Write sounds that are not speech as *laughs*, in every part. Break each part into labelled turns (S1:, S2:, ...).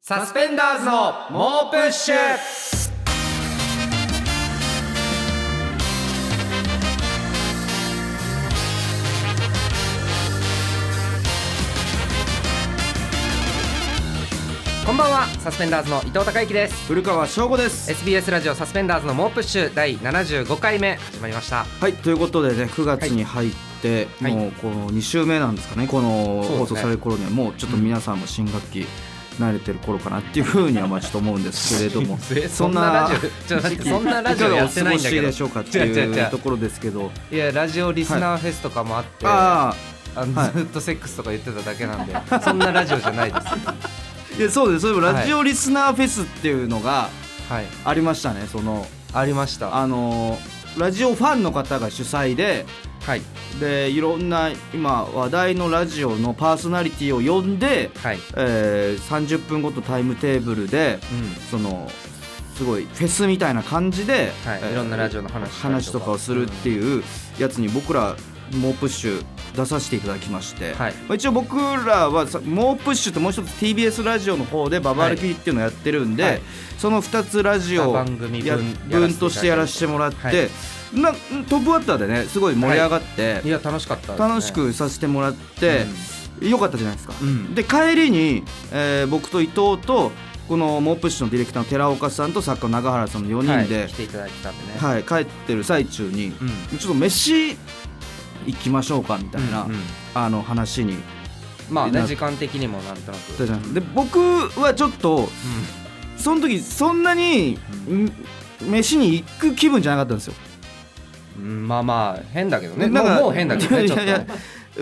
S1: サスペンダーズの猛プッシュこんばんはサスペンダーズの伊藤孝之です
S2: 古川翔吾です。
S1: SBS ラジオサスペンダーズの猛プッシュ第75回目始まりました
S2: はいということでね9月に入って、
S1: はい
S2: もうこの2週目なんですかねこの
S1: そうですね
S2: 放送される頃にはもうちょっと皆さんも新学期慣れてる頃かなっていうふうにはまあちょっと思うんですけれども
S1: *laughs* えそんなラジオちょっと待
S2: *laughs*
S1: ってそんなラジオやってないんだけ
S2: いかが
S1: ど
S2: お過ごしでしょうかって
S1: 違う違う違
S2: いううところですけど
S1: いやラジオリスナーフェスとかもあって、
S2: あ
S1: あの
S2: はい
S1: ずっとセックスとか言ってただけなんで、 *laughs* そんなラジオじゃないです。
S2: あいやそうですそういえばラジオリスナーフェスっていうのが
S1: はい、
S2: ありましたねその
S1: ありました。
S2: あのラジオファンの方が主催で
S1: はい、
S2: でいろんな今話題のラジオのパーソナリティを呼んで
S1: はい、
S2: えー、30分ごとタイムテーブルで
S1: う
S2: そのすごいフェスみたいな感じで、
S1: はい
S2: えー
S1: いろんなラジオの話したりとか
S2: 話とかをするっていうやつに僕ら猛プッシュ出させていただきまして、
S1: はい
S2: まあ一応僕らはさ猛プッシュともう一つ TBS ラジオの方でババ歩きっていうのをやってるんで、
S1: はい
S2: その2つラジオを
S1: 番組分
S2: や
S1: やらせていただい
S2: 分
S1: て
S2: としてやらせてもらって、
S1: はい
S2: なトップバッターでねすごい盛り上がって、
S1: ん、いや楽しかった、
S2: 楽し。くさせてもらって、良かったじゃないですか。
S1: うん、
S2: で帰りに、えー僕と伊藤とこのモープッシュのディレクターの寺岡さんと作家の永原さんの4人
S1: は
S2: で
S1: い、来、ていただいてたんでね。い、
S2: はい帰ってる最中に、
S1: うん、
S2: ちょっと飯行きましょうかみたいな、
S1: うんうん
S2: あの話に
S1: まあね
S2: な
S1: 時間的にもなんとな
S2: した
S1: く。
S2: じゃんで僕はちょっと
S1: う
S2: その時そんなに、ん飯に行く気分じゃなかったんですよ。
S1: んうん、まあまあ変だけどね。
S2: なん
S1: も
S2: か
S1: うもう変だけどね
S2: い
S1: ちょっ
S2: や
S1: と
S2: いや
S1: ね。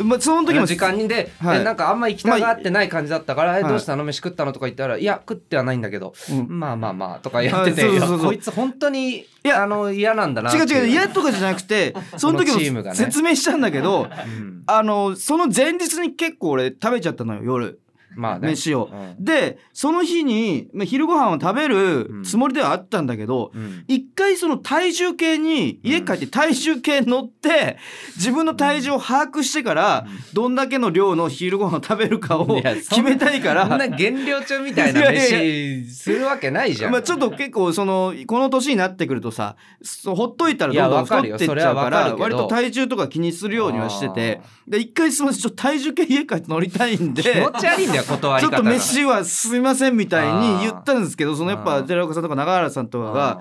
S2: まあ、その時も
S1: 時間にで、
S2: はい
S1: えなんかあんま行きたがってない感じだったから、え
S2: はい
S1: どうしたの飯食ったのとか言ったら、いや食ってはないんだけど、
S2: うん
S1: まあまあまあとかやってて、
S2: はいそうそうそう
S1: いやこいつ本当に
S2: いや
S1: あの嫌なんだなって
S2: 違う違う
S1: い
S2: 嫌とかじゃなく
S1: *laughs*
S2: てその時
S1: このチームが
S2: も
S1: ね
S2: 説明したんだけど、
S1: うん
S2: あのその前日に結構俺食べちゃったのよ夜。
S1: まあね
S2: 飯を
S1: うん
S2: でその日にまあ昼ご飯を食べ
S1: うん
S2: るつもりではあったんだけど、
S1: うん
S2: 一回その体重計に家帰って体重計乗って自分の体重を把握してからどんだけの量の昼ご飯を食べるかを
S1: いやそ
S2: 決
S1: んな
S2: めたいか
S1: そん
S2: ら
S1: な減量中みたいな飯するわけないじゃん。
S2: まあちょっと結構そのこの年になってくるとさそうほっといたら
S1: いや
S2: どんどん
S1: わか
S2: 太っ
S1: るよ
S2: てっちゃうか
S1: それはわからるけど
S2: 割と体重とか気にするようにはしててで一回すみませんちょっと体重計家帰って乗りたいん
S1: *laughs*
S2: で
S1: 気持ち悪いんだよ断り
S2: ちょ
S1: 方が。
S2: っと飯はすいませんみたいに言ったんですけどそのやっ
S1: あ
S2: ぱ
S1: ー
S2: 寺岡さんとか永原さんとか
S1: うん
S2: が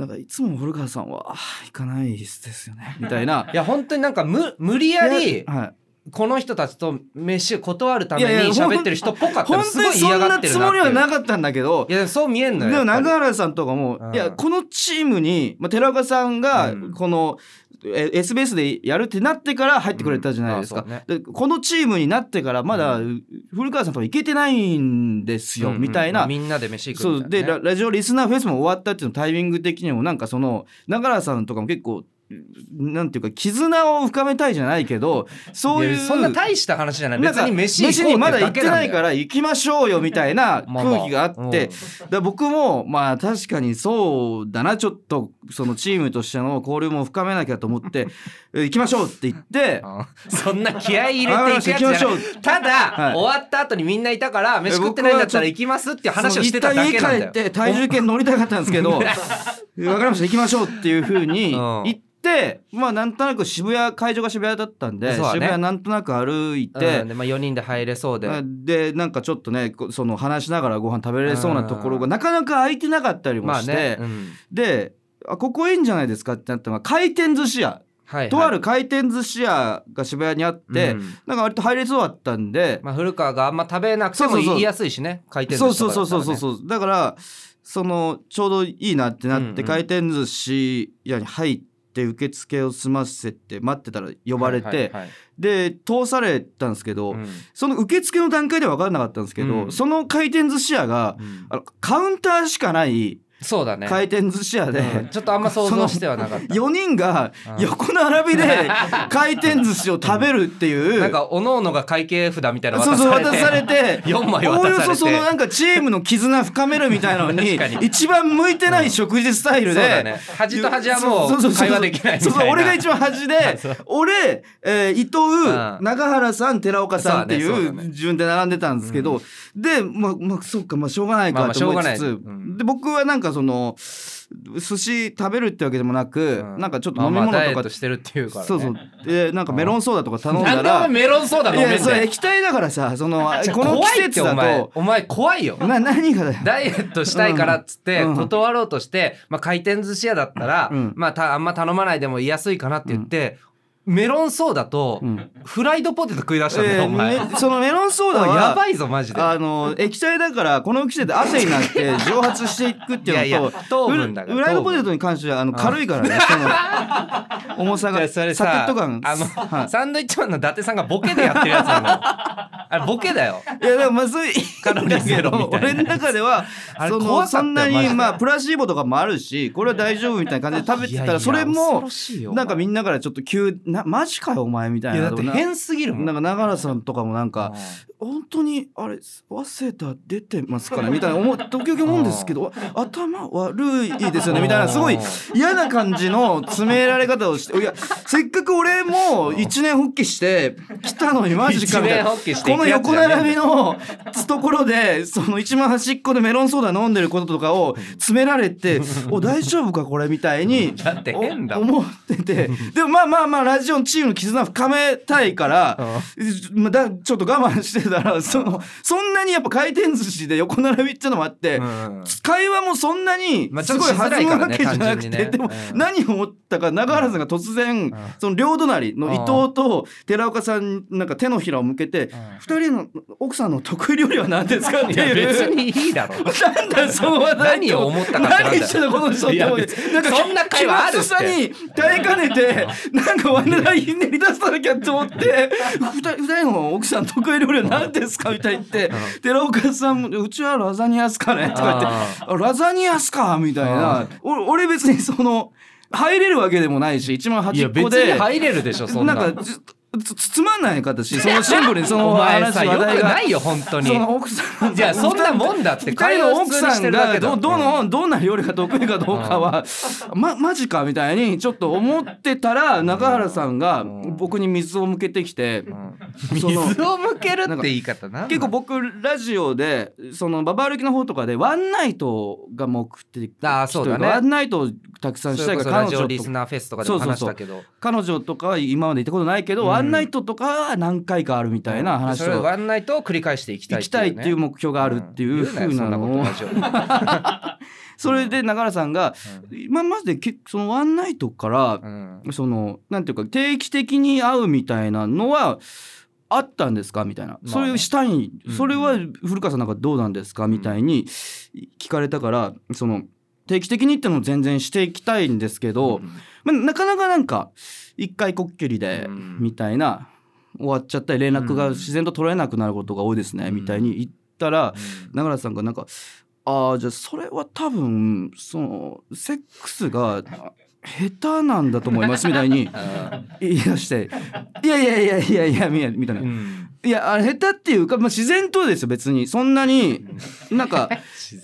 S2: なんかいつも古川さんはあー行かないですよねみたいな。
S1: *laughs* いや本当になんか無無理やり
S2: はい
S1: この人たちと飯を断るため
S2: いやい
S1: に
S2: や
S1: 喋ってる人っぽかった
S2: 本
S1: のす
S2: 当
S1: ご
S2: に
S1: い
S2: そ
S1: 嫌
S2: ん
S1: が
S2: な
S1: って
S2: つ
S1: るなっ
S2: も
S1: て
S2: り
S1: い
S2: は
S1: う。
S2: なかったんだけど
S1: いやそう見えん
S2: で
S1: のよ。
S2: も
S1: やっぱり
S2: 永原さんとかも
S1: うん
S2: いやこのチームに、まあ、寺岡さんが
S1: うん
S2: この、え SBS でやるってなってから入ってくれたじゃないですか、
S1: うんあ
S2: でこのチームになってからまだ
S1: う
S2: 古川さんとか行けてないんですよ、
S1: うんうん
S2: みたいな
S1: みんなで飯
S2: そ
S1: 食
S2: う
S1: みたい
S2: で
S1: なね
S2: ララジオリスナーフェスも終わったっていうのタイミング的にもなんかその永原さんとかも結構なんていうか絆を深めたいじゃないけどそうい
S1: や
S2: う
S1: そんな大した話じゃない。
S2: なん
S1: 別
S2: か
S1: に飯行
S2: 飯
S1: こう
S2: にまだ行
S1: だ
S2: っ
S1: け
S2: てないからら行きましょうよみたいな
S1: まあまあ
S2: 空気があって、だから僕もまあ確かにそうだなちょっとそのチームとしての交流も深めなきゃと思って *laughs* え行きましょうって言って
S1: うんそんな気合い入れていくやつじゃない
S2: あ行きましょう
S1: ただ、
S2: はい
S1: 終わった後にみんないたから飯食ってないんだったら行きますっていう話をしてただけなんだよ
S2: 一旦家帰って体重計乗りたかったんですけど分か *laughs* りました行きましょうっていうふうに
S1: うん
S2: 行って、まあなんとなく渋谷会場が渋谷だったんで、
S1: そうだね
S2: 渋谷なんとなく歩い
S1: うん
S2: て、
S1: でまあ、4人で入れそうで、
S2: でなんかちょっとねこその話しながらご飯食べれそうなところ
S1: う
S2: がなかなか空いてなかったりも
S1: まあ
S2: して、
S1: ね、うん
S2: であここいいんじゃないですかってなったのが回転寿司屋、
S1: はいはい
S2: とある回転寿司屋が渋谷にあって、
S1: うん
S2: なんか割と入れそうだったんで、
S1: まあ、古川があんま食べなくても
S2: そうそうそう
S1: 言いやすいしね回転寿
S2: そう
S1: 司と
S2: そう
S1: か
S2: そ
S1: だ
S2: う
S1: った
S2: そ
S1: らね
S2: うそうそうだからそのちょうどいいなってな
S1: う
S2: っ
S1: んう
S2: て
S1: ん
S2: 回転寿司屋に入って受付を済ませて待ってたら呼ばれて、
S1: はいはいはい
S2: で通されたんですけど、
S1: うん
S2: その受付の段階では分からなかったんですけど、
S1: うん
S2: その回転寿司屋が
S1: うん
S2: あのカウンターしかない
S1: そうだね、
S2: 回転寿司屋で、
S1: うんちょっとあんま想像してはなかった
S2: 4人が横並びで回転寿司を食べるっていう。
S1: なんかおのおのが会計札みたいなの
S2: そう
S1: 渡
S2: そう
S1: され
S2: 渡
S1: て
S2: されて
S1: *laughs* 四枚渡されて
S2: おおよそそのなんかチームの絆深めるみたいなのに
S1: 確かに
S2: 一番向いてない食事スタイルで、
S1: そうだね端と端はもう
S2: そそそそ
S1: 会話できないみたいな
S2: そうそう俺が一番端で
S1: *laughs*
S2: 俺、えー
S1: ん
S2: 伊藤長原さん寺岡さんってい
S1: そうだねそうだ
S2: う順で並んでたんですけど、でまあまあそうかまあしょうがない
S1: まあま
S2: か
S1: あ
S2: と思いつつ、
S1: しょうがないうん
S2: で僕はなんかその寿司食べるってわけでもなく、
S1: う
S2: なんかちょっと飲み物と
S1: まあまあダイエ
S2: か、
S1: ットしてるっていうから、ね、
S2: そうそうでなんかメロンソーダとか頼ん
S1: な
S2: だ
S1: んでお
S2: ら
S1: 前メロンソーダ飲め
S2: い
S1: んね
S2: や
S1: ん
S2: それ液体だからさその
S1: じゃあ
S2: この
S1: 怖
S2: 季
S1: いって
S2: 節
S1: お
S2: だ
S1: 前
S2: と
S1: お前怖いよ
S2: な何がだよ
S1: ダイエットしたいからっつって
S2: うん
S1: 断ろうとして、まあ、回転寿司屋だったら、
S2: うん
S1: まあ、たあんま頼まないでも言いやすいかなって言って、メロンソーダと
S2: うん
S1: フライドポテト食い出したんだ
S2: え
S1: よ、お前。
S2: ーめそのメロンソーダは
S1: やばいぞマジで。
S2: あの液体だからこの季節で汗になって蒸発していくって
S1: いやい
S2: いうの
S1: や
S2: と
S1: 糖
S2: フ
S1: 分だから
S2: ライドポテトに関してはあの軽いからね
S1: *laughs*
S2: その重さ
S1: い
S2: が
S1: やそ
S2: サク
S1: れさ
S2: ッと感
S1: あの、
S2: は
S1: サンドイッチマンの伊達さんがボケでやってるやつなのあれボケだよ
S2: いいやでもまずい
S1: カロリーゼロみたいな
S2: 俺の中では
S1: あれ
S2: そ
S1: 怖か
S2: の
S1: ったよマ
S2: そんな
S1: ジ
S2: に
S1: で
S2: まあプラシーボとかもあるしこれは大丈夫みたいな感じで食べてたらそれもなんかみ
S1: ん
S2: んなからちょっと急なマジかよお前みたい
S1: い
S2: な
S1: やだって変すぎるもん
S2: なんか長原さんとかもなん
S1: う
S2: か
S1: ん
S2: 本当にあれ早稲田出てま
S1: *laughs*
S2: すからみたいな思う時々思うんですけどあ頭悪いですよねみたいなすごい嫌な感じの詰められ方をしていやせっかく俺も一年復帰して来たのにマジかみた
S1: 一年
S2: いなこ
S1: 発起していく
S2: の
S1: やつ
S2: 横
S1: じゃねえんだ
S2: 並びのところでその一番端っこでメロンソーダ飲んでることとかを詰められて「お大丈夫かこれ」みたいに
S1: だって変だ
S2: お
S1: もん
S2: 思っててでもまあまあまあラジオのチームの絆深めたいからまあだちょっと我慢してたらそのそんなにやっぱ回転寿司で横並びっていうのもあって。
S1: うん
S2: 会話もそんなに
S1: まあちょ
S2: す
S1: っと
S2: ごい弾むわけじゃ
S1: し
S2: なく
S1: づらいからね単純に
S2: て、
S1: ね
S2: でも
S1: うん
S2: 何を思ったか永原さんが突然、その両隣の伊藤と寺岡さんになんか手のひらを向けて「二、人の奥さんの得意料理は何ですか?」って
S1: いや
S2: いう
S1: 別にいいだろ
S2: なんだよその話題
S1: 何を思ったかってなんだよ
S2: 何してたこの人って思っ
S1: いや
S2: て
S1: 別に
S2: なんか
S1: そんな会話あるって
S2: 気まずさに耐えかねてなんか話題ひねり出さなきゃと思って二人二人の奥さん得意料理は何ですかみたいに言って寺岡さんも「うちはラザニアっすかね」とか言ってあ「ラザニアっすか」みたいなお俺別にその入れるわけでもないし一番
S1: い
S2: 端
S1: や
S2: っ
S1: 別
S2: こ
S1: に
S2: で
S1: 入れるでしょそんな
S2: なんかずつつつまんない形そのシンプルにその
S1: お前
S2: 話
S1: さ
S2: 話
S1: よく
S2: 題が
S1: ないよ本当に
S2: その奥さん
S1: いやそんなもんだって
S2: 二人の奥さんがどど
S1: うん
S2: のどんな料理が得意かどうかは、ま、マジかみたいにちょっと思ってたら中原さんが
S1: うん
S2: 僕に水を向けてきて、その
S1: 水を向けるって言い方な
S2: 結構僕ラジオでそのババ歩きの方とかでワンナイトが目的
S1: ああそうだね
S2: というかワンナイトをたくさんし
S1: そ
S2: た
S1: れ
S2: い
S1: こそ
S2: から
S1: ラ
S2: 彼
S1: ジ
S2: 女
S1: オ
S2: と
S1: リスナーフェスとかでも話したけど
S2: 彼女とかは今まで行ったことないけど、
S1: うん
S2: ワンナイトとかは何回かあるみたいな話
S1: それ
S2: を、
S1: ワンナイトを繰り返していきたい
S2: 行きたいっていう目標があるっていうふうなのを。それで中原さんが、まあ、まずでけそのワンナイトから、そのなんていうか定期的に会うみたいなのはあったんですかみたいな、
S1: あね
S2: それをしたい、
S1: うん
S2: それは古川さんなんかどうなんですかみたいに聞かれたからその定期的にってのも全然していきたいんですけど、まあ、なかなかなんか一回こっきりで、
S1: うん
S2: みたいな終わっちゃったり連絡が自然と取れなくなることが多いですね、みたいに言ったら。長良さんがなんか「ああじゃあそれは多分そのセックスが下手なんだと思います」みた
S1: *laughs*
S2: いに言い出して「いやいやいやいやいや」みたいなみたいな。いやあれ下手っていうか、まあ、自然とですよ別にそんなにな
S1: *laughs*
S2: んか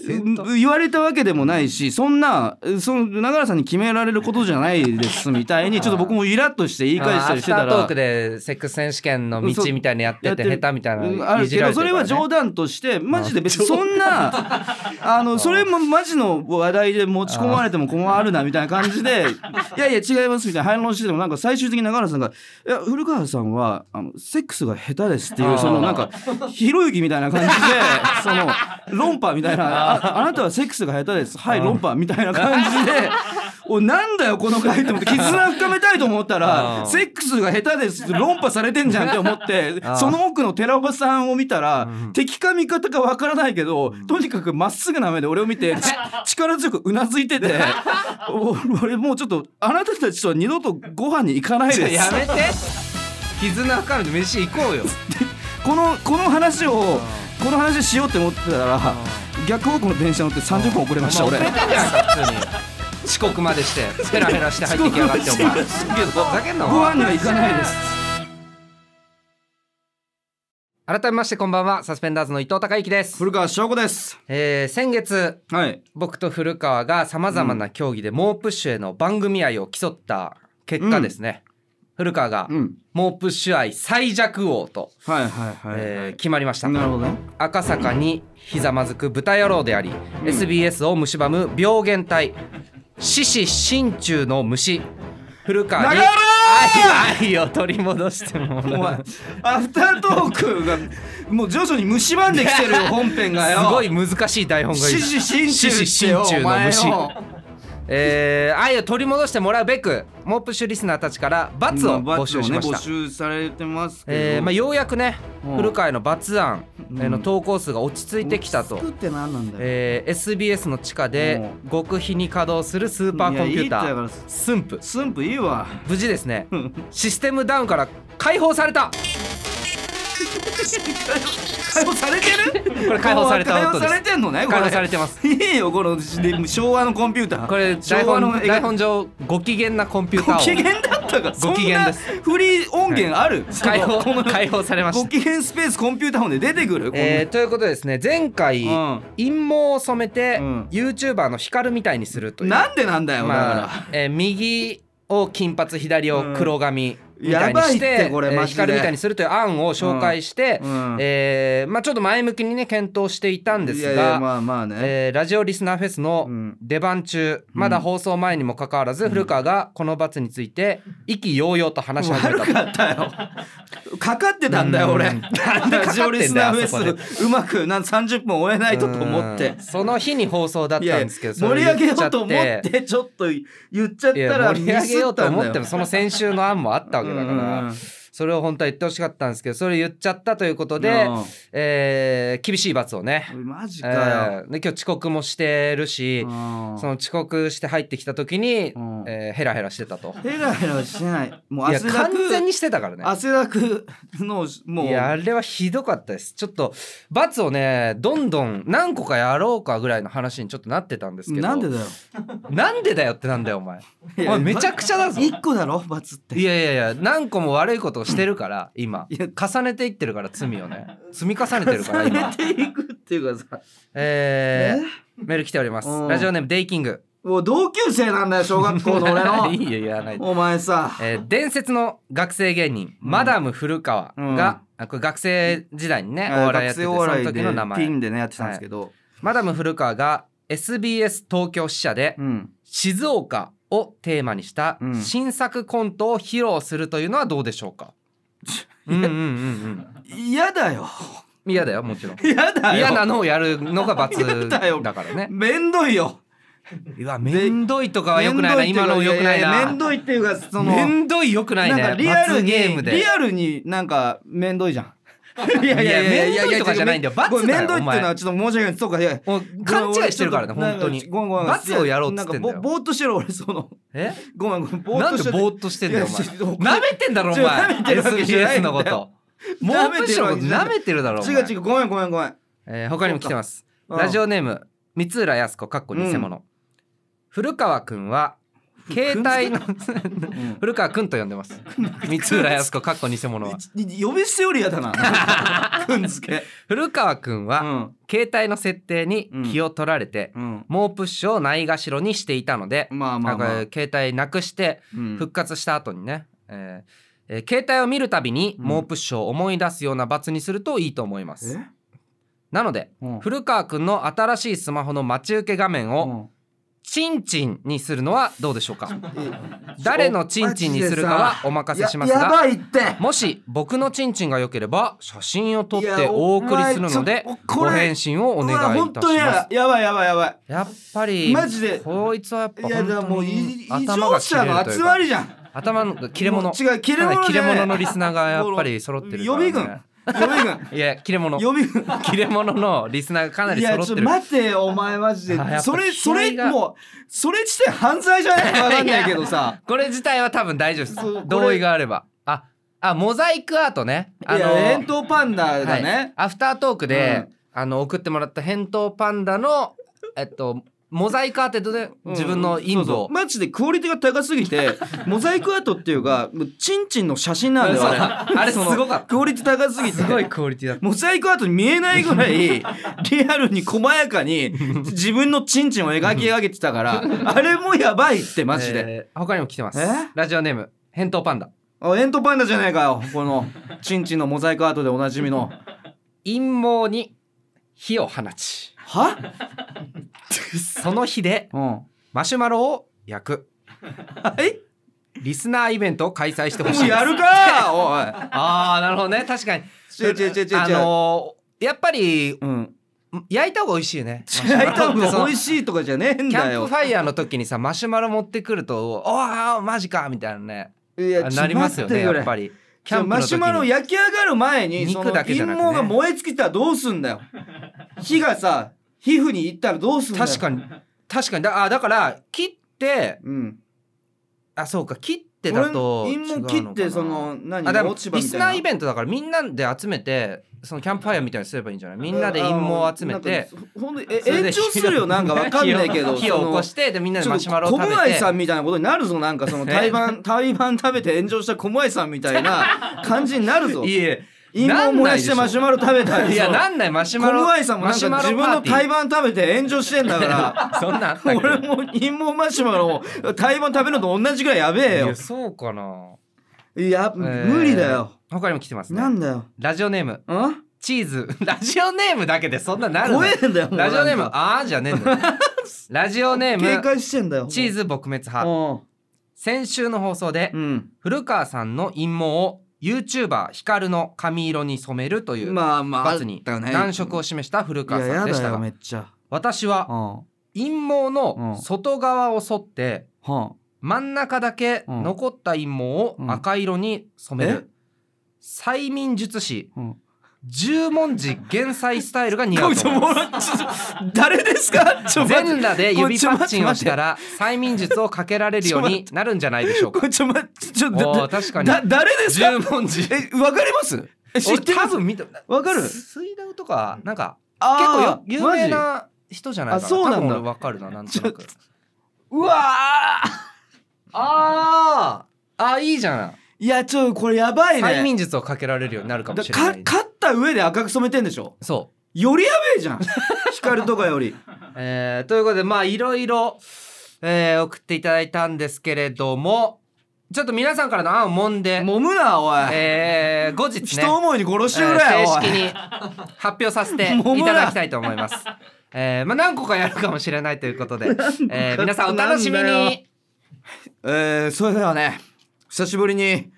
S2: うん言われたわけでもないしそんなその長良さんに決められることじゃないですみたいにちょっと僕もイラッとして言い返したりして
S1: ア
S2: た
S1: フタートー
S2: ら
S1: クでセックス選手権の道みたいなやってて
S2: そう
S1: 下手みたいな
S2: うんあるけどそれは冗
S1: 談
S2: 談としてマジで別にそ
S1: *laughs*
S2: んなあのそれもマジの話題で持ち込まれても困るなみたいな感
S1: *laughs*
S2: じで「いやいや違います」みたいな反論しててもなんか最終的に永原さんが「いや古川さんはあのセックスが下手です」ってい
S1: あー
S2: うそのなんかひろゆきみたい
S1: *laughs*
S2: な感じでその論破みたいなあ「あなたはセックスが下手ですはい論破」みたいな感じ
S1: *laughs*
S2: で。おいなんだよこの回と思って絆深めたいと思った
S1: あー
S2: らセックスが下手ですって論破されてんじゃんって思って
S1: *laughs* あー
S2: その奥の寺岡さんを見たら、敵か味方かわからないけど、とにかくまっすぐな目で俺を
S1: *laughs*
S2: 見てち力強くうなずいててお俺もうちょっとあなたたちとは二度とご飯に行かないです
S1: やめて絆深めて飯行こうよ
S2: このこの話をこの話しようって思ってたら逆方向の電車乗って30分遅れました
S1: お前
S2: 俺
S1: 遅れてんじゃないか普通に遅刻までしてヘラヘラして入ってきやがってお前
S2: 遅
S1: ふざけんなお
S2: ご
S1: 前
S2: 飯には行かないです
S1: 改めましてこんばんはサスペンダーズの伊藤孝之です、
S2: 古川翔吾です
S1: えー、先月
S2: はい
S1: 僕と古川がさまざまな競技で猛プッシュへの番組愛を競った結果ですね、古川が
S2: うん
S1: 猛プッシュ愛最弱王と、
S2: はいはいはい、
S1: えー決まりました
S2: なるほどね
S1: 赤坂にひざまずく豚野郎であり、SBS を蝕む病原体獅子心中の虫古川に
S2: 長野
S1: 愛愛を取り戻しても
S2: お
S1: ら
S2: 前
S1: う
S2: アフタートークがもう徐々に蝕んできてるよ本編が
S1: す
S2: よ
S1: ごい難しい台本がい
S2: 獅
S1: る
S2: 子心中って
S1: 獅子
S2: よ
S1: 心中
S2: お
S1: の
S2: 前
S1: 虫
S2: よ
S1: えー愛を取り戻してもらうべくモープッシュリスナーたちから罰を募集しました、
S2: 募集されてますけど、
S1: えーまあ、ようやくね
S2: うん
S1: 古川への罰案へ
S2: う
S1: の
S2: ん
S1: 投稿数が落ち着いてきたと、
S2: 作って何なんだよ、
S1: えー SBS の地下で極秘に稼働するスーパーコンピュータ
S2: いやいいってだか
S1: ー
S2: ら
S1: 駿府
S2: 駿府いいわ
S1: 無事ですねシステムダウンから解放された
S2: 解放されてる
S1: *laughs* これ解放された
S2: もう
S1: 音で
S2: 解放
S1: す
S2: されてんのねこ
S1: 解放されてます
S2: いいよこので昭和のコンピューター
S1: これ台
S2: 昭和の
S1: 本台本上ご機嫌なコンピュータ
S2: ご機
S1: ーを
S2: 嫌だったか
S1: ご機嫌です
S2: そんなフリー音源ある、
S1: 解
S2: そのこ
S1: 放
S2: の
S1: 解放されまし
S2: ご
S1: た
S2: 機嫌スペースコンピューター音で出てくる、こんな
S1: えーということでですね前回、
S2: うん
S1: 陰謀を染めて、
S2: うん
S1: YouTuber の光みたいにするという
S2: なんでなんだよ、
S1: ま
S2: だか
S1: あ、えー右を金髪左を黒髪
S2: うん
S1: みたいにして,、
S2: やばいってこれ
S1: えー
S2: マジで
S1: 光みたいにするという案を紹介して、
S2: うんうん
S1: えーまあ、ちょっと前向きにね検討していたんで
S2: ら
S1: す
S2: い
S1: が
S2: やいやまあまあね、
S1: えーラジオリスナーフェスの
S2: うん
S1: 出番中、まだ放送前にもかかわらず、古川がこの罰について意気揚々と話し始めた
S2: 悪かった *laughs* よかかってたんだよ俺ラジオリスナーフ
S1: あそこで
S2: ェスうまくなん30分終えないとと思っ
S1: う
S2: て
S1: んその日に放送だった
S2: いや
S1: ん
S2: いや
S1: ですけど
S2: 盛り上げようと思
S1: それを言っ
S2: っ
S1: ちゃ
S2: てちょっと言っちゃっ
S1: い
S2: た
S1: や
S2: ら
S1: 盛
S2: ミ
S1: り上げ
S2: ス
S1: よ
S2: っ
S1: うと
S2: たん
S1: 思
S2: だ
S1: っても
S2: よ
S1: その先週の案もあったわけだか
S2: うんうん
S1: らそれを本当は言ってほしかったんですけどそれを言っちゃったということで
S2: うん
S1: えー厳しい罰をね
S2: マジかよ、
S1: えーで今日遅刻もしてるし
S2: うん
S1: その遅刻して入ってきた時に
S2: うん
S1: えーヘラヘラしてたと
S2: ヘラヘラしてないもう
S1: いや
S2: 汗だ
S1: 完全
S2: く
S1: にしてたからね
S2: 汗だくのもう
S1: いやあれはひどかったですちょっと罰をねどんどん何個かやろうかぐらいの話にちょっとなってたんですけど
S2: なんでだよ
S1: なんでだよってなんだよお前お
S2: いや
S1: 前めちゃくちゃだぞ
S2: 一個だろ罰って
S1: いやいやいや何個も悪いことをしてるから今
S2: いや
S1: 重ねていってるから罪を
S2: *laughs*
S1: ね積み重ねてるから今
S2: 重ねていくっていうかさ
S1: えー、メール来ております
S2: うん
S1: ラジオネームデイキング
S2: もう同級生なんだよ小学校の俺
S1: *laughs*
S2: の
S1: いいよ言わないで
S2: お前さ
S1: えー伝説の学生芸人、マダム古川が、あこれ学生時代にね、お笑いやっててそ
S2: 学生お
S1: の
S2: 笑い
S1: 時
S2: で
S1: の名前
S2: ピンでねやってたんですけど、
S1: マダム古川が SBS 東京支社で
S2: うん
S1: 静岡をテーマにした
S2: うん
S1: 新作コントを披露するというのはどうでしょうか。うんうんうんうん。
S2: 嫌だよ
S1: 嫌だよもちろん。
S2: 嫌だよ
S1: 嫌なのをやるのが
S2: *laughs*
S1: 罰
S2: だよ
S1: だからね。
S2: めんどいよ
S1: うわめんどいとかは良くないな
S2: めんど
S1: 今の
S2: ってう
S1: 良
S2: か
S1: くない
S2: ややめ。
S1: なん
S2: どいっていうかその
S1: めんどい良くない
S2: なんか
S1: ね。
S2: リアル
S1: 罰
S2: に
S1: ゲームで
S2: リ。アルになんかめんどいじゃん *laughs* い
S1: *laughs* いやめんどいとかじゃないんだよ罰だよ
S2: ごめめんどいって
S1: お
S2: いうの
S1: 前
S2: はちょっと申し訳ないそうかいや
S1: もう勘違いしてるからね
S2: ごめん
S1: 本当
S2: ご
S1: に。
S2: めんごめん
S1: 罰をやろうっつってんだよ
S2: なんかぼぼーっとしてる俺その
S1: え？
S2: ごめんごめんぼー
S1: な
S2: っ
S1: ん
S2: と
S1: で
S2: してる
S1: ぼーっとしてんだよ
S2: いやちょ
S1: お
S2: っと
S1: 前。舐めてんだろお
S2: ちょ舐
S1: 前。
S2: めてるわけじゃない
S1: SBS
S2: んだ
S1: の
S2: よ
S1: こと。もう
S2: 舐め
S1: む
S2: て
S1: し
S2: る
S1: ろ
S2: わけじゃない
S1: 舐めてるだろお前。
S2: 違う違うごめんごめんごめん
S1: えー他にも来てます。
S2: そうか
S1: ラジオネーム三浦康子かっこ偽物。古川くんは携帯
S2: *laughs*
S1: の古川くんと呼んでます。三浦康子かっこ偽物は。
S2: い呼び捨てより嫌だな *laughs* くんづけ
S1: 古川くん
S2: う
S1: は
S2: ん
S1: 携帯の設定に気を取られて、
S2: うん
S1: 猛プッシュをないがしろにしていたので、
S2: まあまあまあ
S1: なんか携帯なくして
S2: うん
S1: 復活した後にね。えーえー携帯を見るたびに猛プッシュを思い出すような罰にするといいと思います、
S2: え
S1: なので、
S2: うん
S1: 古川くんの新しいスマホの待ち受け画面を、チンチンにするのはどうでし
S2: *laughs*
S1: ょうか誰のチンチンにするかはお任せします
S2: やや
S1: が
S2: ばいって
S1: もし僕のチンチンが良ければ写真を撮ってお送りするので
S2: いやお前ちょこ
S1: ご
S2: れ
S1: 返信をお願
S2: うわ
S1: いい
S2: 本
S1: た
S2: 当
S1: し
S2: に
S1: ま
S2: や
S1: す
S2: やばいやばいやばい
S1: やっぱり
S2: マジで
S1: こいつはやっぱ
S2: いやだ
S1: 本
S2: も
S1: 当
S2: う
S1: に
S2: い異
S1: 頭が
S2: 常
S1: 切れ
S2: 者
S1: ると
S2: の
S1: い
S2: 集
S1: う
S2: ま
S1: か
S2: りじゃん
S1: 頭の切れ
S2: も
S1: 者
S2: う違う切れ者
S1: はい切
S2: じ
S1: れ
S2: ゃない
S1: 者のリスナーがやっぱり揃ってるから、ね、
S2: 予備軍予備軍
S1: いや切れ者
S2: 予備軍
S1: 切れ者のリスナーがかないり
S2: や
S1: 揃っ
S2: ちょ
S1: て
S2: っ
S1: る
S2: と待てよお前マジ
S1: あやっぱ
S2: でそれそ
S1: 気
S2: れ
S1: 合が
S2: もうそれ自体犯罪じゃないかわかんないけどさ
S1: これ自体は多分大丈夫で
S2: そう
S1: す
S2: これ
S1: 同意があれば *laughs* ああモザイクアートねあ
S2: い
S1: の
S2: や冷凍パンダが
S1: はい
S2: ね
S1: アフタートークで、あの送ってもらった返答パンダのえっとモザイクアーテッドで自分のイン
S2: そう
S1: ブ
S2: そ
S1: を
S2: うマジでクオリティが高すぎ
S1: *laughs*
S2: てモザイクアートっていうかもうチンチンの写真なんだよあれ
S1: あれすごかっ
S2: クオリティ高すぎ
S1: た
S2: て
S1: すごいクオリティだった
S2: モザイクアートに見えないぐらいリアルに細やかに自分のチンチンを描き上げて
S1: *laughs*
S2: たからあれもやばいって *laughs* マジで、
S1: えー他にも来てます
S2: え
S1: ラジオネーム返答パンダ
S2: あエントパンダじゃないかよこのチンチンのモザイクアートでおなじみの
S1: 陰謀に火を放ち
S2: は
S1: その火で
S2: うんは
S1: マシュマロを焼く
S2: い
S1: リスナーイベントを開催してほし
S2: も
S1: いうです
S2: や
S1: *laughs*
S2: るかお
S1: ああなるほどね確かに
S2: い違う違う違う違う、
S1: あのーやっぱり
S2: うん
S1: 焼いた方が美味しいよね *laughs*
S2: *laughs* 焼
S1: マシ
S2: いた
S1: ュマロってそ
S2: 方
S1: の
S2: が美味しいとかじゃねえん
S1: キャ
S2: だ
S1: ンプ
S2: よ
S1: ファイヤーの時にさマシュマロ持ってくると「おあマジか」みたいなね
S2: いや
S1: なりますよねやっぱ
S2: り
S1: りキャンプの
S2: マ
S1: 時
S2: シュ
S1: に
S2: マロ焼き上がる前に
S1: 肉
S2: その
S1: だけじ
S2: 陰
S1: ゃなくね
S2: 謀が燃え尽きたらどうすんだよ火がさ皮膚に行ったらどうすんだよ
S1: 確かに確かにだあだから切って
S2: うん
S1: あそうか切ってだと
S2: 俺
S1: 違う
S2: 陰
S1: のかな
S2: 謀切ってその何
S1: あでも
S2: 落ち葉
S1: リ
S2: み
S1: ス
S2: たい
S1: ナ
S2: な
S1: ーイベントだからみんなで集めてそのキャンプファイヤーみたいにすればいいんじゃないみんなで陰謀を集めて
S2: なんかほんとえ
S1: それで
S2: 延長するよなんかわかんないけど
S1: 火を火を起こしてでみんなで
S2: ちょ
S1: マ
S2: っ
S1: シ
S2: と
S1: ュマロを
S2: 小
S1: 食べ
S2: 林
S1: て
S2: さんみたいなことになるぞなんかその台湾台湾食べて炎上した小林さんみたい
S1: *laughs*
S2: な感じになるぞ
S1: いえ
S2: 陰謀燃やしてマシュマロ食べた
S1: い
S2: り
S1: や
S2: その
S1: なんないマシュマ
S2: 小
S1: ロ
S2: 林さんも
S1: マ
S2: なん
S1: シュ
S2: か
S1: マ
S2: 自
S1: ロ
S2: 分
S1: パー
S2: の
S1: ティー
S2: 台湾食べて炎上してんだから
S1: *laughs* そんなんあったっけ
S2: 俺も陰謀マシュマロを台湾食べるのと同じぐらいやべえ
S1: い
S2: よ
S1: やそうかない
S2: や
S1: えー
S2: 無理だよ
S1: 他にも来てますね
S2: なんだよ
S1: ラジオネーム
S2: ん
S1: チーズ *laughs* ラジオネームだけでそんななるの
S2: 怖えんだよもう
S1: ラジオネーム
S2: なんか
S1: あーじゃ
S2: *laughs*
S1: ねえんだよラジオネ
S2: 警
S1: ーム
S2: 戒してんだよ
S1: チーズ撲滅派
S2: も
S1: 先週の放送で
S2: ううん
S1: 古川さんの陰謀を YouTuber ヒカルの髪色に染めるという
S2: まあまあ
S1: 罰に
S2: あったね
S1: 難色を示した古
S2: いや
S1: 川さ
S2: や
S1: んでし
S2: だ
S1: た
S2: よ
S1: が
S2: めっちゃ
S1: 私
S2: う
S1: は
S2: んは
S1: 陰謀
S2: うん
S1: の外側を剃って
S2: あ
S1: 真ん中だけ残った陰謀を赤色に染め
S2: うんえ
S1: る催眠術師
S2: うん
S1: 十文字減災スタイルが似合うと思います
S2: もうちょっと誰ですかちょ待って
S1: 全裸で指パッチンをしたら催眠術をかけられるようになるんじゃないでしょう
S2: *laughs* こ
S1: か
S2: れちょ待ってちょだ
S1: おー
S2: だ
S1: 確かに
S2: だ誰ですか
S1: 十文字
S2: えわかりますえ知
S1: 俺
S2: って
S1: 多
S2: ます
S1: 分見た結
S2: わかる
S1: 水道とかなんか
S2: あ
S1: 結構よ
S2: ー
S1: 有名
S2: マジ
S1: な人じゃないかな
S2: あそう
S1: 多
S2: なんだ
S1: 分俺わかるななんとなく
S2: うわー
S1: あーあーいいじゃん
S2: いやちょっとこれやばいね
S1: 催眠術をかけられるようになるかも
S2: だ
S1: し
S2: か
S1: れない
S2: 勝った上で赤く染めてんでしょ
S1: そう
S2: よりやべえじゃん光とかより
S1: えーということでまあいろいろ、えー送っていただいたんですけれどもちょっと皆さんからの案を揉んで、
S2: 揉むなおい、
S1: えー後日ね
S2: 人思いに殺してく
S1: え
S2: れ
S1: ー正
S2: よおい、
S1: 式に発表させ
S2: *laughs*
S1: ていただきたいと思います。えーまあ、何個かやるかもしれないということで、えー皆さんお楽しみ
S2: なんだ
S1: に
S2: よえー、それではね久しぶりに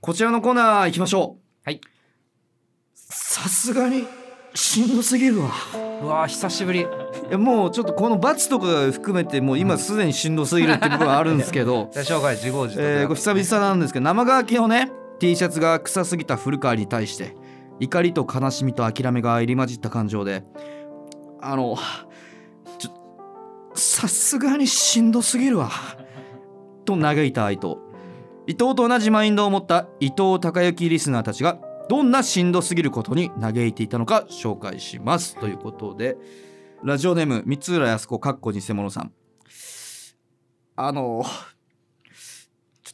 S2: こちらのコーナー行きましょう
S1: はい
S2: さすがにしんどすぎるわ
S1: うわー久しぶり
S2: いやもうちょっとこの罰とか含めてもう今すでにしんどすぎるっていう部分はあるんですけど
S1: 大正自業自得
S2: えー、これ久々なんですけど生乾きのね T シャツが臭すぎた古川に対して怒りと悲しみと諦めが入り混じった感情であのちょさすがにしんどすぎるわと嘆いた愛と伊藤と同じマインドを持った伊藤孝之リスナーたちがどんなしんどすぎることに嘆いていたのか紹介しますということでラジオネーム三浦康子かっこ偽物さんあの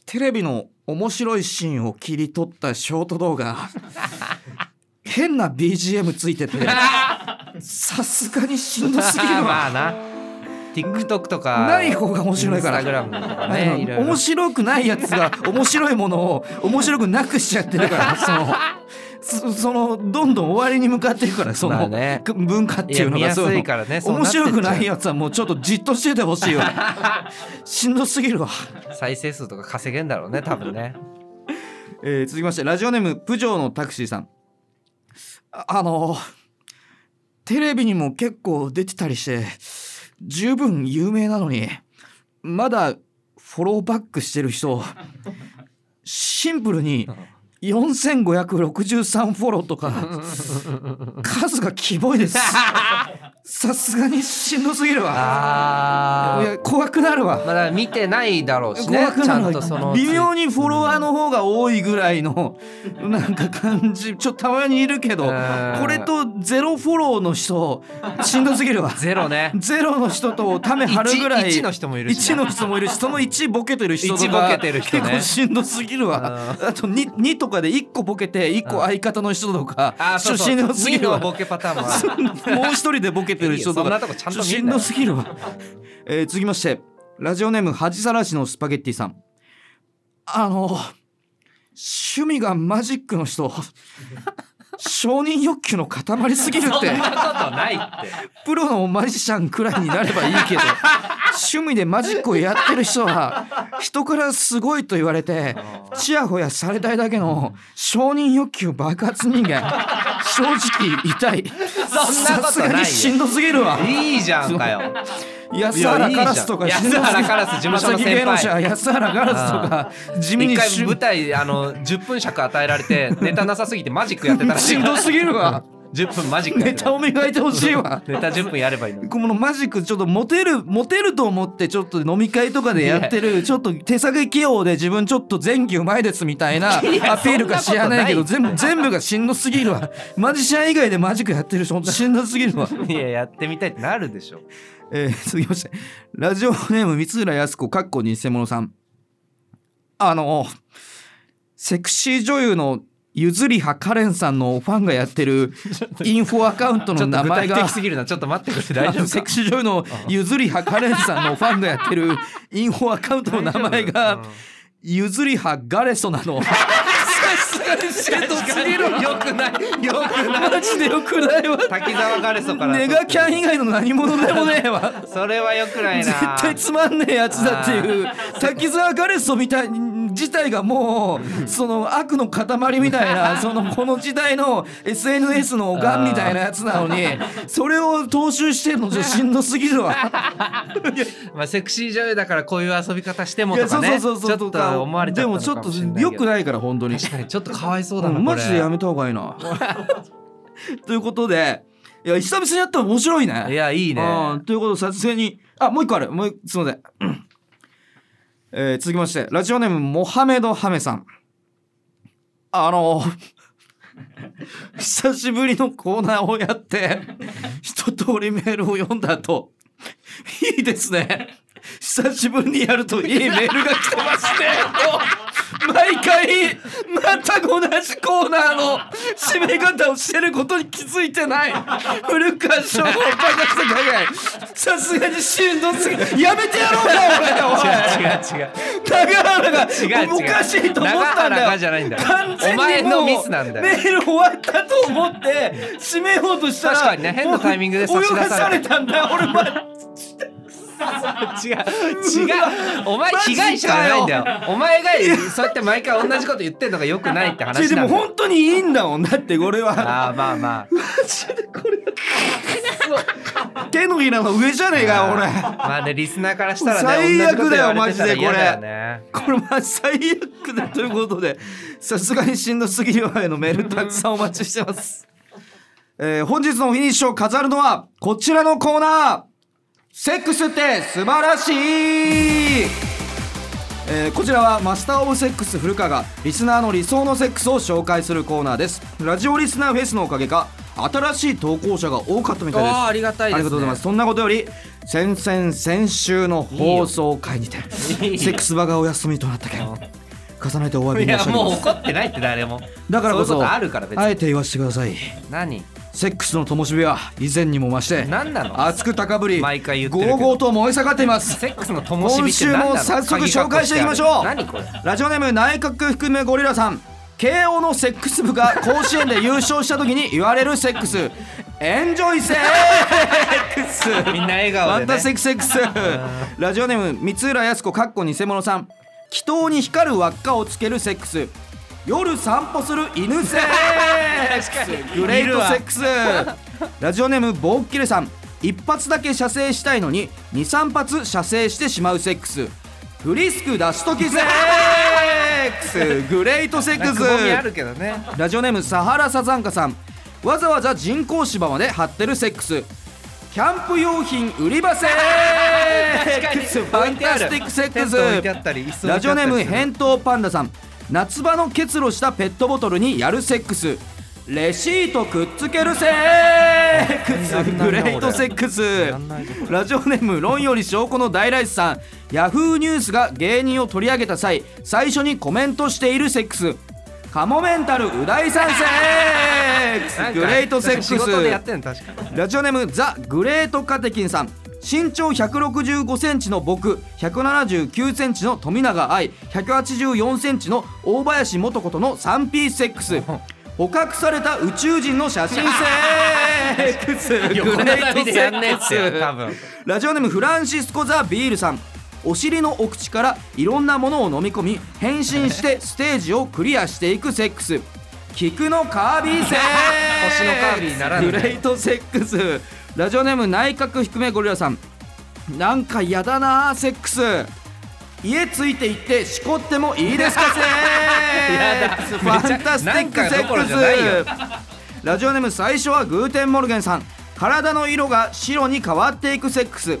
S2: テレビの面白いシーンを切り取ったショート
S1: *laughs*
S2: 動画変な BGM つい
S1: *laughs*
S2: ててさすがにしんどすぎる
S1: ま
S2: わ
S1: あな TikTok とか
S2: ない方が面白いから
S1: Instagram とか
S2: あの
S1: ねいろいろ
S2: 面白くないやつ
S1: *laughs*
S2: が面白いものを面白くなくしちゃってるからそのそそのどんどん終わりに向かっていくからその、
S1: まあね
S2: く文化っていうの
S1: いや見や
S2: が
S1: すい
S2: そううの
S1: からねそうな
S2: 面
S1: ってっちゃう
S2: 白くないやつはもうちょっとじっとしててほ
S1: *laughs*
S2: しいよしんどすぎるわ、
S1: 再生数とか稼げんだろうね多分ね
S2: えー続きましてラジオネームプジョーのタクシーさんああのテレビにも結構出てたりして十分有名なのにまだフォローバックしてる人シンプルに4563フォローとか数がキモいですさすがにしんどすぎるわい
S1: あ
S2: や怖くなるわ
S1: あ。まだ見てないだろうしね
S2: 怖く。
S1: ちゃ
S2: なんる
S1: とそ
S2: わ
S1: の。
S2: 微妙にフォロワーの方が多いぐらいのなんか感じちょっとたまにいるけど
S1: うん
S2: これとゼロフォローの人しんどす
S1: *laughs*
S2: ぎるわ
S1: ゼロね。
S2: ゼロの人とため張るぐらい
S1: 一一の人もいるしね
S2: 一の人もいるしその1ボケてる人と
S1: 一ボ
S2: か
S1: ケてる人ね
S2: 結構しんどすぎるわあと 2, 2とかで1個ボケて1個相方の人とか
S1: あー
S2: ちょ
S1: そう
S2: っと
S1: そう。
S2: しんどすぎ
S1: 次
S2: る
S1: の
S2: わ
S1: ボケパターンもある。
S2: もう一人でボケてる人
S1: いいよそん
S2: とか
S1: なとこちゃんと見んなよ
S2: ょっしんどすぎるわ、えー続きましてラジオネーム恥さらしのスパゲッティさんあの趣味がマジックの人承認欲求の塊すぎるって
S1: そんなことないって。
S2: プロのマジシャンくらいになればいいけ
S1: *laughs*
S2: ど趣味でマジックをやってる人は人からすごいと言われてちやほやされたいだけの承認欲求爆発人間正直痛い
S1: そんな
S2: さ
S1: こと
S2: す
S1: ないよ
S2: がにしんどすぎるわ
S1: いいじゃんかよ。
S2: 安原カラスとか
S1: いやいいじゃん安原カラス事務所の先輩
S2: マサキ芸能者安原カラスとか地味
S1: 一
S2: に
S1: 回
S2: し
S1: 舞台あの10分尺与えられ
S2: *laughs*
S1: てネタなさすぎてマジックやってたらしい
S2: しん
S1: よ。
S2: どすぎ
S1: *laughs*
S2: るわ
S1: 10分マジックや
S2: ネ
S1: って
S2: タ
S1: た。
S2: を磨いてほしいわ
S1: ネタ10分やればいいのに。
S2: このマジックちょっとモテるモテると思ってちょっと飲み会とかでやってるちょっと手先器用で自分ちょっと前期うまいですみたいなアピールか知らないけど全部全部がしんどすぎるわマジシャン以外でマジックやってる人ほんとしんどすぎるわ、
S1: いややってみたいってなるでしょ。
S2: えー、続きましてラジオネーム三浦靖子かっこ偽物さんあのセクシー女優のゆずりはカレンさんのファンがやってるインフォアカウント
S1: ち
S2: の
S1: ょっと
S2: 名
S1: 具
S2: 前
S1: 体
S2: が
S1: 的すぎるな。ちょっと待ってくれ大丈
S2: あのセ
S1: 夫か
S2: ク。シー女優のゆずりはカレンさんのファンがやっ
S1: *laughs*
S2: てるインフォアカウントの名前
S1: 大丈
S2: が
S1: 夫うん
S2: ゆずりはガレソなの。さすがにシェドすぎるわ
S1: よくない。よくない。
S2: マジでよくないわ。
S1: 滝沢ガレソから。
S2: ネガキャン以外の何者でもねえわ。
S1: それはよくないな。
S2: 絶対つまんねえやつだっていう滝沢ガレソみたいに自体がもうその悪の塊みた
S1: *laughs*
S2: いなそのこの時代の SNS のガンみたいなやつなのにそれを踏襲してるのちょっとしんどすぎるわ。
S1: まあセクシー女優だからこういう遊び方しても
S2: い
S1: と
S2: や
S1: か
S2: そう
S1: ね。
S2: そうそうそう
S1: ちょっと思われちゃ
S2: で
S1: った
S2: も
S1: の
S2: ちょ
S1: か
S2: っ
S1: も
S2: と
S1: しれないけど。
S2: 良くないから本当に
S1: 確かにちょっとかわいそうだな。
S2: マジでや
S1: こ
S2: めた方がい
S1: *laughs*
S2: いなということでいや久々にやったら面白いね
S1: れいやいいね。
S2: うんということで撮影にあもう一個あるもう一すいません、えー続きましてラジオネームモハメドハメさんあの *laughs* 久しぶりのコーナーをやって一通りメールを読んだ後いいですね久しぶりにやるといいメールが来てますねと毎回全く同じコーナーの締め方をしてることに気づいてない古川翔吾をバカした考えさすがにしんどすぎやめてやろうか俺おい
S1: 違う違う違う。
S2: 永原が
S1: 違う違う
S2: おかしいと思った
S1: 永
S2: んだ
S1: 原
S2: よ
S1: がじゃないんだよ
S2: 完全
S1: お
S2: にもう
S1: 前のミスなんだよ
S2: メール終わったと思って締めようとしたら
S1: 確かにね変なタイミングで差し出された
S2: 泳がされたんだよ俺ま
S1: 違う違
S2: *laughs*
S1: うお前被害者じゃないんだよお前がそうやって毎回同じこと言ってんのがよくないって話なん
S2: で
S1: だ
S2: も
S1: よ
S2: 本当にいいんだもんだって俺は
S1: ああまあまあ
S2: 手のひらの上じゃねえか *laughs* 俺
S1: まあねリスナーからしたらね
S2: 最悪だよ
S1: 同じこと言われてたら嫌だよね
S2: これまあ最悪だということでさすがにしんどすぎるわへのメールたくさんお待ちしてます、えー本日のフィニッシュを飾るのはこちらのコーナーセックスって素晴らしい、えーこちらはマスター・オブ・セックス古川がリスナーの理想のセックスを紹介するコーナーですラジオリスナーフェスのおかげか新しい投稿者が多かったみたいです
S1: あーありがたいですね
S2: ありがとうございますそんなことより先々先週の放送回にて
S1: いいよ
S2: *laughs* セックス場がお休みとなった件重ねてお詫
S1: *laughs*
S2: び
S1: い
S2: 申
S1: や
S2: し上げ
S1: も
S2: ま
S1: う
S2: す
S1: 怒ってないって誰も
S2: だから
S1: そう
S2: こ
S1: い
S2: そう
S1: ことあるから別に
S2: あえて言わせてください
S1: 何
S2: セックスの灯火は以前にも増して
S1: 何なの
S2: 熱く高ぶり
S1: 毎回言ってる
S2: ゴ
S1: けど
S2: ーゴーと燃え盛っています
S1: セックスの灯火
S2: 今
S1: って
S2: 週
S1: 何なの
S2: も早速紹介していきましょう
S1: 何これ
S2: ラジオネーム内閣含めゴリラさん慶応のセックス部が甲子園で優勝した時に言われるセックスエンジョイセックス
S1: みんな笑顔
S2: ま
S1: で
S2: た
S1: ね
S2: セクセ *laughs* クスラジオネーム三浦靖子かっこ偽物さん祈祷に光る輪っかをつけるセックス夜散歩する犬セック *laughs* スグレートセックスラジオネームボーッキレさん一発だけ射精したいのに23発射精してしまうセックスフリスク出しときセッックスグレートセック
S1: くぼみあ
S2: ス
S1: るけどね
S2: ラジオネームサハラサザンカさんわざわざ人工芝まで貼ってるセックスキャンプ用品売り場
S1: *laughs*
S2: セックス *laughs* ファンタスティックセッ
S1: テ
S2: ク
S1: ント置いてあ
S2: ス
S1: ったり椅子置いてあったりする
S2: ラジオネーム返答パンダさん夏場の結露したペットボトルにやるセックスレシートくっつけるセックス
S1: やんないな
S2: グレートセックス
S1: やんないぞ
S2: ラジオネーム論より証拠の大来さんヤフーニュースが芸人を取り上げた際最初にコメントしているセックスカモメンタルう大さんセッ
S1: な
S2: ク
S1: ん
S2: ス
S1: か
S2: グレートセックス
S1: 仕事でやってんの確かに
S2: ラジオネームザ・グレートカテキンさん身長165センチの僕179センチの富永愛184センチの大林素子との 3P セックス捕獲された宇宙人の写真セックスグレ
S1: 横
S2: ー
S1: 並
S2: ト
S1: びで
S2: セ
S1: やんねえ
S2: ッ
S1: っ
S2: ク
S1: てよ
S2: ス
S1: 多分
S2: ラジオネームフランシスコ・ザ・ビールさんお尻のお口からいろんなものを飲み込み変身してステージをクリアしていくセックス菊のカービィセックス
S1: *laughs* 星のカービィならぬ
S2: グレートセックスラジオネーム内閣低めゴリラさんなんかやだなセックス家ついて行ってしこってもいいですかセ
S1: *laughs* や
S2: ッ
S1: だ
S2: クスファンタスティックセ
S1: なんかどころじゃないよ
S2: ックスラジオネーム最初はグーテンモルゲンさん体の色が白に変わっていくセックス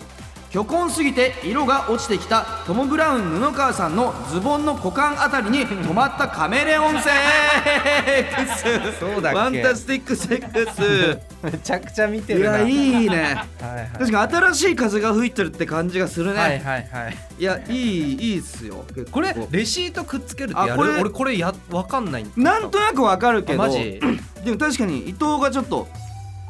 S2: 虚婚すぎて色が落ちてきたトム・ブラウン布川さんのズボンの股間あたりに止まったカメレオンセックス
S1: そうだっけ
S2: ファンタスティックセックス
S1: めちゃくちゃ見て
S2: い
S1: るな
S2: や
S1: *laughs* は
S2: い
S1: い
S2: いね
S1: はい
S2: 確かに新しい風が吹いてるって感じがするね、
S1: はい
S2: い、
S1: はいはい
S2: やいいいいっすよ結構
S1: これレシートくっつけるってや
S2: あ
S1: る
S2: これ
S1: 俺これやわかんないん
S2: なんとなくわかるけ
S1: あ
S2: ど
S1: マジ
S2: でも確かに伊藤がちょっと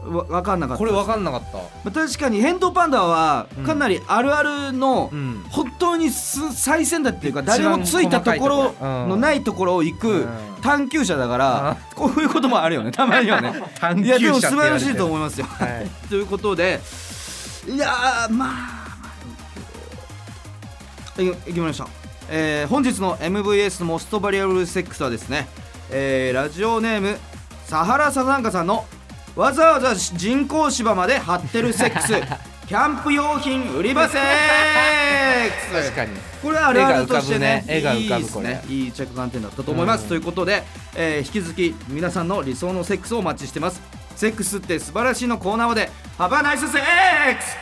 S2: わわかんなかった
S1: これわかんなかった
S2: まあ確かに「返答パンダ」は
S1: うん
S2: かなりあるあるの
S1: うん
S2: 本当にす最先端っていうか
S1: 一番
S2: 誰もついたとこ
S1: 細かいと
S2: ろ
S1: ころうん
S2: のないところを行
S1: う
S2: く
S1: ん
S2: 探求者だからこういうこともあるよねたまにはね
S1: *laughs* 探
S2: い
S1: 求者
S2: や
S1: って
S2: で
S1: 言われ
S2: も素
S1: てる
S2: 晴らしいと思いますよ
S1: はい
S2: *laughs* ということでいやーまあいいきましょう、えー本日の MVS モストバリアブルセックスはですね、えーラジオネームサハラサザンカさんのわざわざ人工芝まで張ってるセッ
S1: *laughs*
S2: クスキャンプ用品売り場セックス
S1: 確かに
S2: これはあれあるとしてね
S1: 絵が浮かぶね絵が浮かぶ
S2: いいです
S1: こ
S2: ね
S1: れ
S2: いい着眼点だったと思います、
S1: うん
S2: ということで、えー引き続き皆さんの理想のセックスをお待ちしてますセックスって素晴らしいのコーナーまでハバナイスセックス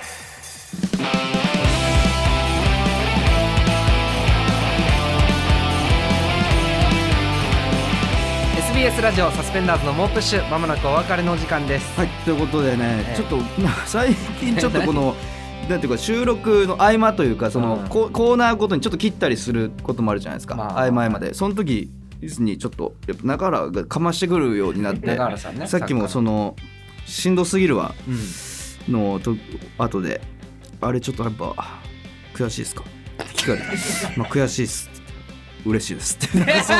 S1: うん SBS ラジオサスペンダーズの猛プッシュまもなくお別れのお時間です
S2: はいということでね、
S1: ええ
S2: ちょっと *laughs* まあ最近ちょっと
S1: *laughs*
S2: このなんていうか収録の合間というかその、
S1: うん
S2: ココーナーごとにちょっと切ったりすることもあるじゃないですか、
S1: まあ
S2: 合間合間でその時にちょっとやっぱ中原がかましてくるようになって
S1: 中原さんね
S2: さっきもそ
S1: の
S2: のしんどすぎるわ
S1: うん
S2: のと後であれちょっとやっぱ悔しいですかって聞かれて「まあ、悔しいっす」嬉しいです」ってなんかそ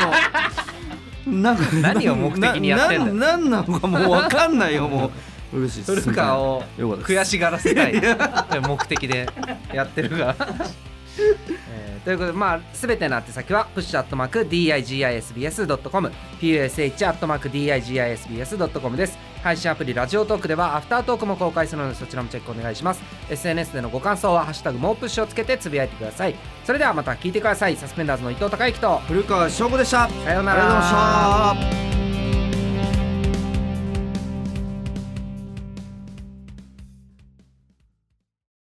S2: のなんか
S1: 何を目的にやってんだよ
S2: ななんなのかもう分かんないよもう嬉しいっす
S1: 古川を
S2: よかったです
S1: 悔しがらせたい *laughs* 目的でやってる *laughs* が。えーということで、まあ、すべての宛先は、push.digisbs.com、push.digisbs.com です。配信アプリ、ラジオトークでは、アフタートークも公開するので、そちらもチェックお願いします。SNS でのご感想は、ハッシュタグ、もうプッシュをつけてつぶやいてください。それではまた聞いてください。サスペンダーズの伊藤孝之と、
S2: 古川翔吾でしたありがとう
S1: さよう
S2: ござ
S1: ないら。
S2: ました